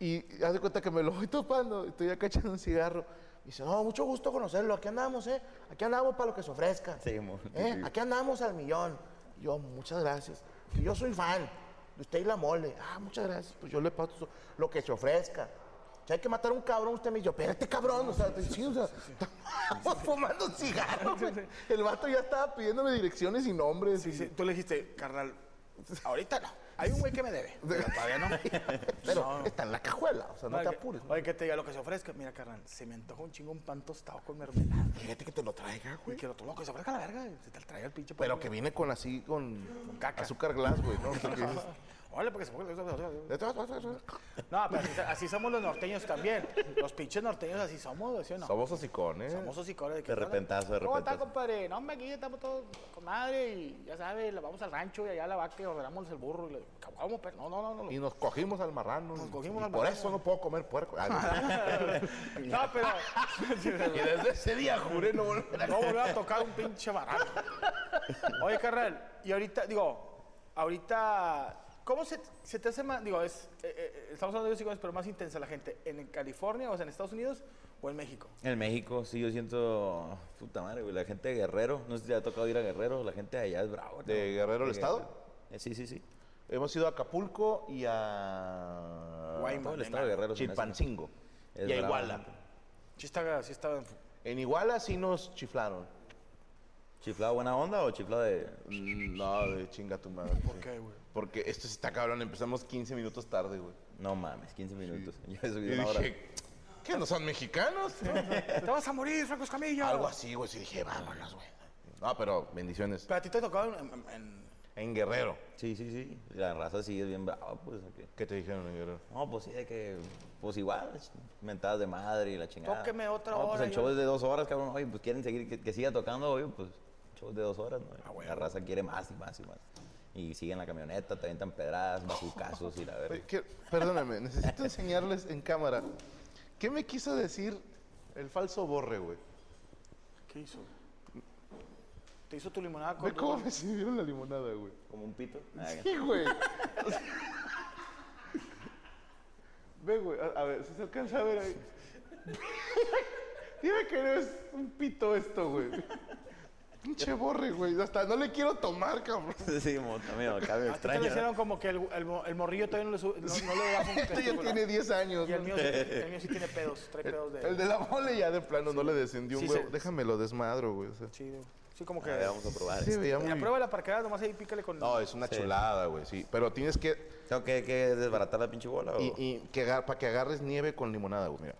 Speaker 3: Y haz de cuenta que me lo voy topando, estoy acá echando un cigarro. Y dice, no, mucho gusto conocerlo, aquí andamos, ¿eh? Aquí andamos para lo que se ofrezca.
Speaker 6: Sí, mo-
Speaker 3: ¿eh?
Speaker 6: sí.
Speaker 3: Aquí andamos al millón. Y Yo, muchas gracias. Y Yo soy fan de usted y la mole. Ah, muchas gracias. Pues yo le paso lo que se ofrezca. si hay que matar a un cabrón, usted me dice, espérate, cabrón, o sea, te- sí, o sea, estamos fumando un cigarro, güey. El vato ya estaba pidiéndome direcciones y nombres. y-
Speaker 5: Sí, sí, Tú le dijiste, carnal, ahorita no. Hay un güey que me debe. Pero todavía no.
Speaker 3: Pero
Speaker 5: No.
Speaker 3: está en la cajuela, o sea, no, te
Speaker 5: que-
Speaker 3: apures.
Speaker 5: Oye, que te diga lo que se ofrezca. Mira, carnal, se me antoja un chingo un pan tostado con mermelada.
Speaker 3: Fíjate que te lo traiga,
Speaker 5: Y
Speaker 3: güey.
Speaker 5: que lo, lo que se ofrezca la verga. Se te traiga el pinche pan.
Speaker 3: Pero que viene con así, con
Speaker 5: caca.
Speaker 3: azúcar glass, güey, ¿no? Porque dices,
Speaker 5: Órale, porque se fue. No, pero así, así somos los norteños también. Los pinches norteños así somos, güey, ¿sí o no?
Speaker 3: Somos eh, hocicones.
Speaker 5: Somos hocicones de que.
Speaker 6: De repentazo, de
Speaker 5: ¿Cómo está,
Speaker 6: repentazo.
Speaker 5: compadre? No, hombre, aquí estamos todos con madre y ya sabes, la vamos al rancho y allá a la vaca y ordenamos el burro. Y le ¿cómo, pero no, no, no. no
Speaker 3: Y nos cogimos al marrano.
Speaker 5: Nos
Speaker 3: y-
Speaker 5: cogimos
Speaker 3: y
Speaker 5: al
Speaker 3: Por
Speaker 5: marrano.
Speaker 3: eso no puedo comer puerco. Ah,
Speaker 5: No, pero.
Speaker 3: no. y desde ese día juré no volver a
Speaker 5: No volver a tocar un pinche barato. Oye, carnal, y ahorita, digo, ahorita, ¿cómo se, se te hace más, digo, es, eh, eh, estamos hablando de psicólogos, pero más intensa la gente, ¿en California, o sea, en Estados Unidos, o en México?
Speaker 6: En México, sí, yo siento. Puta madre, güey. La gente de Guerrero. No sé si te ha tocado ir a Guerrero. La gente de allá es brava.
Speaker 3: ¿De
Speaker 6: cabrón.
Speaker 3: Guerrero el
Speaker 6: De
Speaker 3: estado?
Speaker 6: Eh, sí, sí, sí.
Speaker 3: Hemos ido a Acapulco y a.
Speaker 5: Guaymas,
Speaker 6: Todo el estado de Guerrero. se me hace.
Speaker 3: Chilpancingo.
Speaker 6: Es
Speaker 3: y a
Speaker 6: brava la
Speaker 3: Iguala.
Speaker 6: gente.
Speaker 5: Sí estaba, sí estaba en...
Speaker 3: En Iguala sí nos chiflaron.
Speaker 6: ¿Chiflado buena onda o chiflado de.?
Speaker 3: No, de chinga tu madre. ¿Por
Speaker 5: qué, güey?
Speaker 3: Porque esto sí está cabrón. Empezamos 15 minutos tarde, güey.
Speaker 6: No mames, 15 minutos. Ya he
Speaker 3: Y
Speaker 6: subido
Speaker 3: dije,
Speaker 6: una hora.
Speaker 3: ¿qué? ¿No son mexicanos?
Speaker 5: ¡Te vas a morir, Franco Escamillo!
Speaker 3: Algo así, güey. Sí, dije, vámonos, güey. No, pero bendiciones.
Speaker 5: Pero a ti te tocó en... en- en-
Speaker 3: En Guerrero.
Speaker 6: Sí, sí, sí. La raza sí es bien brava, pues. ¿a qué?
Speaker 3: ¿Qué te dijeron en Guerrero?
Speaker 6: No, pues sí, de que. Pues igual, ch- mentadas de madre y la chingada.
Speaker 5: Tóqueme otra
Speaker 6: No, pues
Speaker 5: hora,
Speaker 6: el
Speaker 5: yo-
Speaker 6: show es de dos horas, cabrón. Oye, pues quieren seguir, que, que siga tocando, oye, pues show es de dos horas, ¿no?
Speaker 5: Ah,
Speaker 6: la raza quiere más y más y más. Y siguen la camioneta, te avientan pedradas, bazucazos y la
Speaker 7: Oye,
Speaker 6: verga.
Speaker 7: que- perdóname, necesito enseñarles en cámara. ¿Qué me quiso decir el falso borre, güey?
Speaker 5: ¿Qué hizo? ¿Te hizo tu limonada con...
Speaker 7: Ve cómo me sirvieron la limonada, güey.
Speaker 6: Como un pito.
Speaker 7: Sí, güey. O sea, Ve, güey, a, a ver, si se alcanza a ver ahí. Dime que no es un pito esto, güey. Pinche borre, güey. Hasta no le quiero tomar, cabrón. Este
Speaker 6: sí, mo- también, acá
Speaker 5: A ti Ah, te le
Speaker 6: me extraño. ¿no?
Speaker 5: hicieron como que el, el, mo- el morrillo todavía no le, sube- no, no le baja un
Speaker 7: Este ya
Speaker 5: testículo.
Speaker 7: tiene 10 años.
Speaker 5: Y el
Speaker 7: ¿no?
Speaker 5: mío, sí, el mío sí tiene pedos, trae pedos de...
Speaker 7: El de la mole ya de plano no le descendió un
Speaker 5: Sí,
Speaker 7: huevo.
Speaker 5: se-
Speaker 7: Déjame lo desmadro, güey. o sea.
Speaker 5: Sí, de- sí, como
Speaker 3: Ah,
Speaker 5: que...
Speaker 6: A ver, vamos a probar.
Speaker 7: Se veía muy...
Speaker 5: Mira, pruébala para que veas, nomás ahí pícale con...
Speaker 3: No, es una chulada, güey, sí. Pero tienes que.
Speaker 6: ¿Tengo que, que desbaratar la pinche bola o...?
Speaker 3: Y, y que para que agarres nieve con limonada, güey, mira.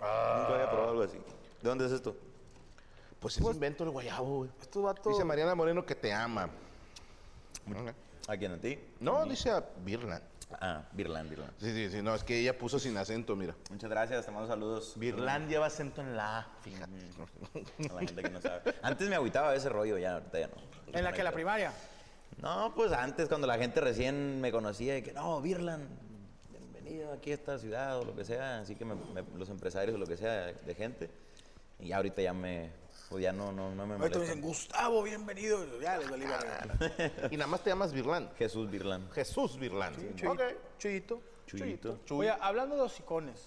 Speaker 6: Ah, Nunca había probado algo así. ¿De dónde es esto?
Speaker 3: Pues es invento el guayabo, güey.
Speaker 5: Estos vatos...
Speaker 3: Dice Mariana Moreno que te ama.
Speaker 6: ¿A quién? ¿A ti?
Speaker 3: No, dice a Birland.
Speaker 6: Ah, Birland, Birland.
Speaker 3: Sí, sí, sí, no, es que ella puso sin acento, mira.
Speaker 6: Muchas gracias, te mando saludos.
Speaker 3: Birlandia va acento en la A, fíjate.
Speaker 6: A la gente que no sabe. Antes me agüitaba ese rollo, ya ahorita ya no.
Speaker 5: En la que la primaria.
Speaker 6: No, pues antes cuando la gente recién me conocía y que no, Birland, bienvenido aquí a esta ciudad o lo que sea, así que me- me- los empresarios o lo que sea de gente. Y ya ahorita ya me, pues ya no, no, no me
Speaker 5: Ahorita me dicen,
Speaker 6: molesta.
Speaker 5: Gustavo, bienvenido. Ya, les valí verga.
Speaker 3: Y nada más te llamas Birland.
Speaker 6: Jesús Birland.
Speaker 3: Jesús Birland.
Speaker 5: Chuyito,
Speaker 3: Ok.
Speaker 5: Chuyito.
Speaker 6: Chuyito.
Speaker 3: Chuy.
Speaker 5: Oye, hablando de los icones,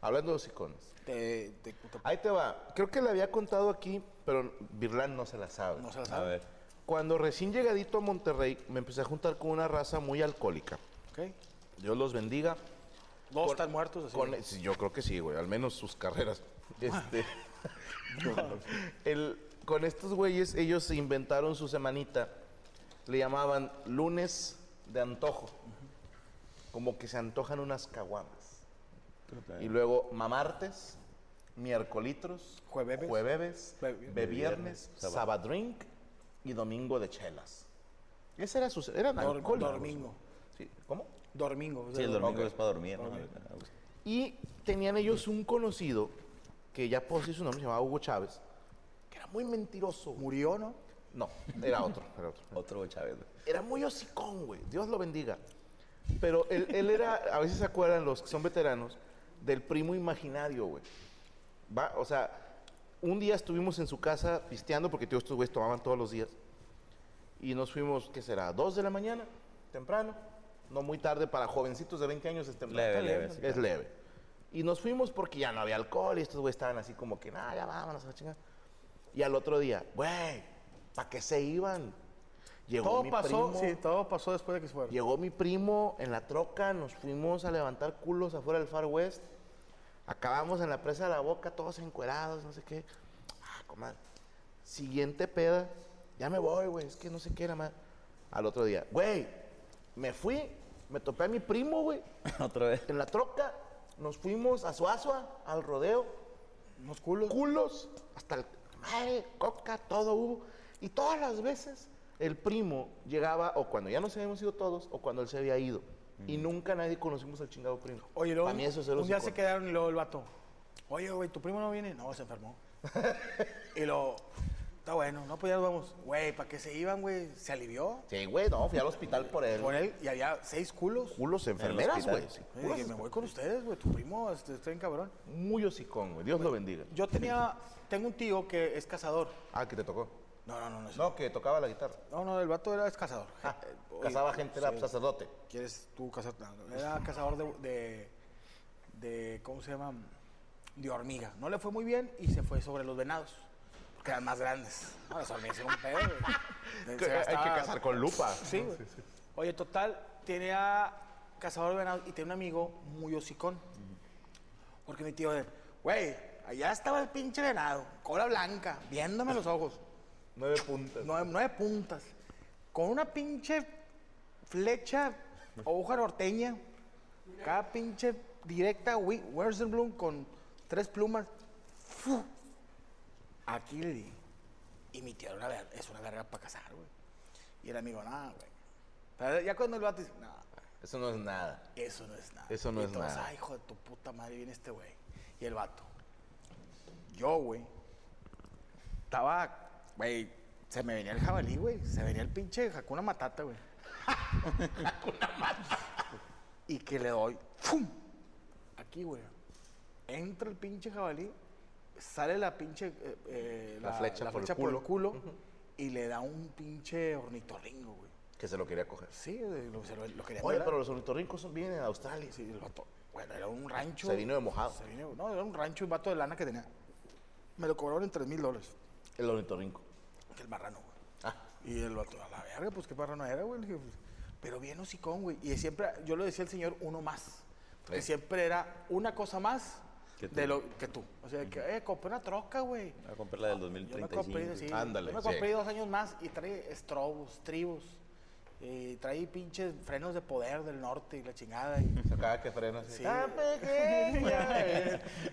Speaker 3: Hablando de los icones.
Speaker 5: te, te- te-
Speaker 3: Ahí te va. Creo que le había contado aquí, pero Birland no se la sabe.
Speaker 5: no se la
Speaker 6: A
Speaker 5: sabe.
Speaker 6: ver,
Speaker 3: Cuando recién llegadito a Monterrey, me empecé a juntar con una raza muy alcohólica.
Speaker 5: ¿ok?
Speaker 3: Dios los bendiga.
Speaker 5: Dos están muertos así.
Speaker 3: Con- sí, yo creo que sí, güey. Al menos sus carreras. Este, el- con estos güeyes, ellos se inventaron su semanita. Le llamaban lunes de antojo. Como que se antojan unas caguamas. Y luego mamartes, miércolitros,
Speaker 5: Jueveves.
Speaker 3: jueveves,
Speaker 5: Be-
Speaker 3: beviernes,
Speaker 6: sábado.
Speaker 3: sabadrink y domingo de chelas. Ese era su... Eran
Speaker 5: Dor-
Speaker 3: alcohólicos.
Speaker 5: dormingo.
Speaker 3: Sí, ¿Cómo?
Speaker 5: Dormingo. o sea,
Speaker 6: sí, el domingo
Speaker 3: ok.
Speaker 6: es para dormir, ¿no?
Speaker 3: Y tenían ellos un conocido que ya puedo decir su nombre, se llamaba Hugo Chávez, que era muy mentiroso. güey.
Speaker 5: Murió, ¿no?
Speaker 3: No, era otro, era otro.
Speaker 6: Otro Chávez. güey.
Speaker 3: Era muy hocicón, güey. Dios lo bendiga. Pero él, él era, a veces se acuerdan los que son veteranos, del primo imaginario, güey. Va, o sea, un día estuvimos en su casa pisteando porque tío, estos güeyes tomaban todos los días. Y nos fuimos, ¿qué será? ¿Dos de la mañana? Temprano. No muy tarde para jovencitos de 20 años es temprano.
Speaker 6: Leve,
Speaker 3: Está
Speaker 6: leve, sí,
Speaker 3: Es leve. Y nos fuimos porque ya no había alcohol y estos güeyes estaban así como que, nada, ya vámonos a la chingada. Y al otro día, güey, ¿para qué se iban? Llegó
Speaker 5: Todo
Speaker 3: mi
Speaker 5: pasó,
Speaker 3: primo.
Speaker 5: sí, todo pasó después de que se fueron.
Speaker 3: Llegó mi primo en la troca, nos fuimos a levantar culos afuera del Far West. Acabamos en la presa de la boca, todos encuerados, no sé qué. Ah, comadre. Siguiente peda. Ya me voy, güey. Es que no sé qué era más. Al otro día, güey, me fui, me topé a mi primo, güey.
Speaker 6: Otra vez.
Speaker 3: En la troca, nos fuimos a Suazua, al rodeo. Unos culos. Culos. Hasta el. Madre, coca, todo hubo. Y todas las veces el primo llegaba, o cuando ya nos habíamos ido todos, o cuando él se había ido. Y nunca nadie conocimos al chingado primo.
Speaker 5: Oye, luego
Speaker 3: Para mí eso es el
Speaker 5: un día
Speaker 3: hocicón.
Speaker 5: se quedaron y luego el vato. Oye, güey, ¿tu primo no viene? No, se enfermó. y lo... Está bueno, no, pues ya nos vamos. Güey, ¿para qué se iban, güey? Se alivió.
Speaker 3: Sí, güey, no, fui al hospital por él.
Speaker 5: Con él y había seis culos.
Speaker 3: Culos enfermeras,
Speaker 6: hospital.
Speaker 3: güey. sí,
Speaker 5: Y
Speaker 3: culos
Speaker 5: dije, me voy con ustedes, güey. Tu primo este, está bien cabrón.
Speaker 3: Muy hocicón, güey. Dios lo bendiga.
Speaker 5: Yo tenía... Tengo un tío que es cazador.
Speaker 3: Ah, que te tocó.
Speaker 5: No, no, no, no. es-
Speaker 3: No, que tocaba la guitarra.
Speaker 5: No, no, el vato era es cazador.
Speaker 3: Ah,
Speaker 5: Eh, oye, Eh,
Speaker 3: casaba gente, era pues, sacerdote.
Speaker 5: ¿Quieres tú cazar? No, no, Era cazador de, de, de- ¿Cómo se llama? De hormiga. No le fue muy bien y se fue sobre los venados. Porque eran más grandes. No, las hormigas eran un pedo. güey.
Speaker 3: Que-
Speaker 5: Se
Speaker 3: Hay
Speaker 5: gastaba-
Speaker 3: que casar con lupa.
Speaker 5: Sí, güey. Oye, total, tenía cazador de venados y tenía un amigo muy hocicón. Porque mi tío, de, güey, allá estaba el pinche venado, cola blanca, viéndome los ojos
Speaker 3: Nueve puntas.
Speaker 5: nueve, nueve puntas, con una pinche flecha, hoja norteña, cada pinche directa, Wi- Wurzelblum con tres plumas. ¡Fu! Aquí le di. Y mi tía era una ver- es una verga para cazar, güey. Y el amigo, nada, güey. Pero ya cuando el vato dice, no,
Speaker 3: Eso no es nada.
Speaker 5: eso no es nada.
Speaker 3: Eso no
Speaker 5: Y
Speaker 3: es
Speaker 5: todos,
Speaker 3: nada.
Speaker 5: Ay, hijo de tu puta madre, viene este güey. Y el vato. Yo, güey. Estaba, güey, se me venía el jabalí, güey. Se venía el pinche Hakuna Matata, güey. Y que le doy, ¡fum! Aquí, güey. Entra el pinche jabalí, sale la pinche. eh, eh,
Speaker 3: La flecha por el
Speaker 5: culo y le da un pinche ornitorringo, güey.
Speaker 3: Que se lo quería coger.
Speaker 5: Sí, lo, se lo- lo quería
Speaker 3: Oye,
Speaker 5: violar.
Speaker 3: pero los ornitorrincos son- vienen a Australia.
Speaker 5: Sí, el vato. Bueno, era un rancho.
Speaker 3: Se vino de mojado.
Speaker 5: Se vino- no, era un rancho, un vato de lana que tenía. Me lo cobraron en 3 mil dólares.
Speaker 3: El ornitorrinco.
Speaker 5: Que el marrano, güey.
Speaker 3: Ah.
Speaker 5: Y el vato, a la verga, pues qué marrano era, güey. Le dije, pues, pero bien hocicón, güey. Y siempre, yo le decía al señor, uno más. Porque
Speaker 3: Sí.
Speaker 5: siempre era una cosa más
Speaker 6: Que tú.
Speaker 5: de lo que tú. O sea, que, eh, compré una troca, güey.
Speaker 6: Voy a comprar la del
Speaker 5: Yo me
Speaker 6: 2035.
Speaker 5: compré, sí,
Speaker 3: Ándale,
Speaker 5: yo me compré
Speaker 3: sí.
Speaker 5: dos años más y trae estrobos, tribos. Y trae pinches frenos de poder del norte y la chingada. Y,
Speaker 3: Se acaba que frena así.
Speaker 5: Sí.
Speaker 3: Ah,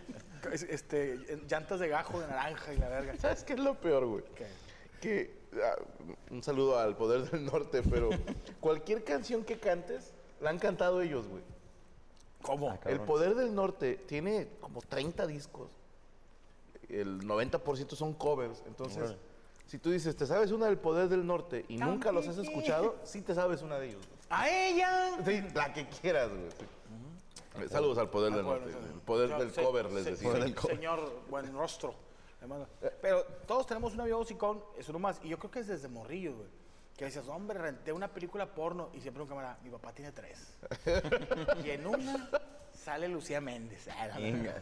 Speaker 5: Es- este, en- llantas de gajo de naranja y la verga.
Speaker 3: ¿Sabes qué es lo peor, güey? Que. ah, un saludo al poder del norte, pero cualquier canción que cantes, la han cantado ellos, güey.
Speaker 5: ¿Cómo?
Speaker 3: El poder del norte tiene como 30 discos. El 90% son covers. Entonces, si tú dices, te sabes una del poder del norte y nunca los has escuchado, sí te sabes una de ellos. güey.
Speaker 5: ¡A ella!
Speaker 3: Sí, la que quieras, güey. sí. Eh, Saludos al
Speaker 5: Ah,
Speaker 3: poder del norte. El poder del cover, les decía.
Speaker 5: decimos. Señor, buen rostro. le mando. Pero todos tenemos un amigo hocicón, es uno más. Y yo creo que es desde morrillo, güey. Que decías, hombre, renté una película porno y siempre un cámara, mi papá tiene tres. y en una sale Lucía Méndez. Ah, la verga.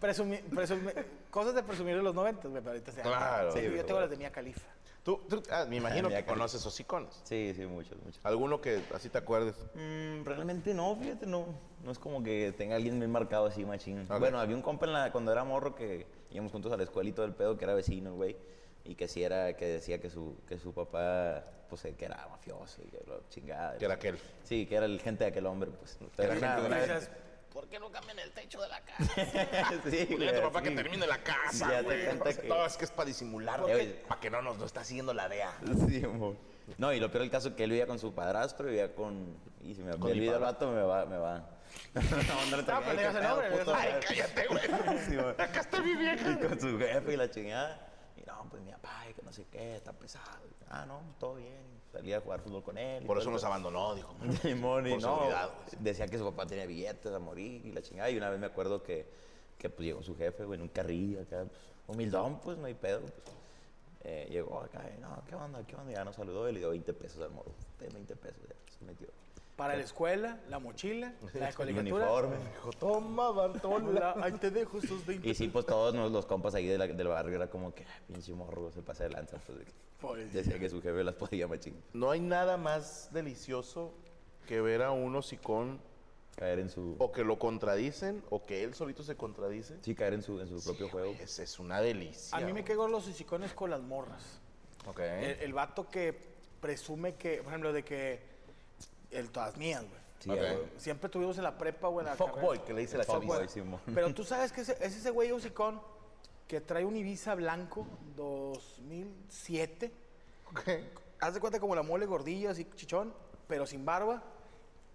Speaker 5: Presumi- presumi- cosas de presumir de los 90, güey, pero ahorita se
Speaker 3: Claro,
Speaker 5: Sí,
Speaker 3: sí,
Speaker 5: yo tengo
Speaker 3: güey.
Speaker 5: las de Mía Califa.
Speaker 3: Tú, tú- ah, me imagino
Speaker 6: Ah, mira,
Speaker 3: que
Speaker 6: Cali.
Speaker 3: conoces esos iconos.
Speaker 6: Sí, sí, muchas, muchas.
Speaker 3: Alguno que así te acuerdes.
Speaker 6: Mm, realmente no, fíjate, no. No es como que tenga alguien bien marcado así, machín. Bueno, había un compa en la- cuando era morro que íbamos juntos a la escuela y todo el pedo, que era vecino, güey. Y que sí era, que decía que su, que su papá, pues, eh, que era mafioso y que lo chingada.
Speaker 3: Que era aquel.
Speaker 6: Sí, que era el gente de aquel hombre, pues.
Speaker 3: Era gente de
Speaker 5: Y dices,
Speaker 6: sí,
Speaker 3: Dile a tu papá que termine la
Speaker 6: Ya
Speaker 3: casa,
Speaker 6: te
Speaker 3: güey.
Speaker 6: cuenta que-
Speaker 3: No, es que es para disimular,
Speaker 6: ¿Por
Speaker 3: güey.
Speaker 6: qué?
Speaker 3: Para que no nos lo está haciendo la DEA.
Speaker 6: Sí, amor. No, y lo peor del caso es que él vivía con su padrastro, vivía con... Y si me
Speaker 3: mi
Speaker 6: olvida el vato, me va, me va. no, no, no,
Speaker 5: Ah,
Speaker 6: te-
Speaker 5: pues, le
Speaker 6: qué
Speaker 5: digas el
Speaker 6: pedo,
Speaker 5: nombre, le
Speaker 6: puto.
Speaker 5: digas el
Speaker 6: Ay,
Speaker 5: nombre.
Speaker 3: Cállate, güey.
Speaker 6: Sí, amor.
Speaker 3: Acá está mi vieja.
Speaker 6: Y con su jefe y la chingada. Y no, pues mi papá, y que no sé qué, está pesado. Y, Ah, no, todo bien. Salía a jugar fútbol con él. y
Speaker 3: Por
Speaker 6: todo
Speaker 3: eso
Speaker 6: el
Speaker 3: nos
Speaker 6: pedo.
Speaker 3: abandonó, dijo.
Speaker 6: Simón, y
Speaker 3: Por
Speaker 6: no,
Speaker 3: seguridad,
Speaker 6: decía que su papá tenía billetes a morir y la chingada. Y una vez me acuerdo que, que pues, llegó su jefe, güey, en un carrillo acá, pues, humildón, pues, no hay pedo. pues. Eh, llegó acá, y, no, ¿qué onda? ¿Qué onda? Y ya nos saludó y le dio 20 pesos al morro. Ten 20 pesos, ya, se metió.
Speaker 5: Para la escuela, la mochila, la
Speaker 6: El
Speaker 5: colegiatura.
Speaker 6: uniforme.
Speaker 3: Dijo, toma, Bartola.
Speaker 5: Ahí te dejo estos 20.
Speaker 6: Y sí, pues todos nos- los compas ahí de la- del barrio era como que, "Ah, pinche morro, se pasa de lanza. pues, de que- decía que su jefe las podía machín.
Speaker 3: No hay nada más delicioso que ver a un hocicón
Speaker 6: Caer en su.
Speaker 3: o que lo contradicen o que él solito se contradice.
Speaker 6: Sí, caer en su, en su propio juego.
Speaker 3: Es, es una delicia.
Speaker 5: A mí me
Speaker 3: güey.
Speaker 5: quedan los hocicones con las morras.
Speaker 6: Ok.
Speaker 5: El, el vato que presume que, por ejemplo, de que. El todas mías, güey.
Speaker 6: Sí, a huevo.
Speaker 5: Siempre tuvimos en la prepa, güey. en la carrera.
Speaker 3: Fuckboy, que le dice la chaviza.
Speaker 5: Fuckboy.
Speaker 6: Simón.
Speaker 5: Pero tú sabes que ese- es ese güey hocicón que trae un Ibiza blanco 2007. Haz de cuenta como la mole gordilla, así chichón, pero sin barba.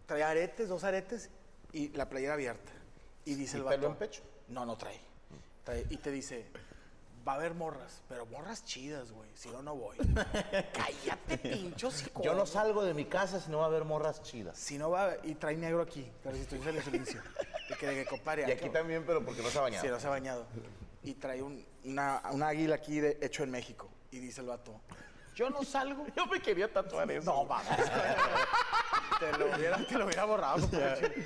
Speaker 5: Trae aretes, dos aretes y la playera abierta. Y dice
Speaker 3: ¿Y
Speaker 5: el vato.
Speaker 3: pelo en pecho?
Speaker 5: No, no trae. Trae- Y te dice, va a haber morras, pero morras chidas, güey. Si no, no voy. Cállate, pincho hocicón.
Speaker 3: Yo no salgo de mi casa si no va a haber morras chidas.
Speaker 5: Si no va, y trae negro aquí, pero si estoy en el silencio. Y que, que compare.
Speaker 3: Y aquí
Speaker 5: acá-
Speaker 3: también, pero porque no se ha bañado.
Speaker 5: Sí, no se ha bañado. Y trae un, una, un águila aquí de- hecho en México. Y dice el vato, yo no salgo.
Speaker 3: Yo me quería tatuar eso.
Speaker 5: No, vamos. te, lo hubiera, te lo hubiera borrado. compadre.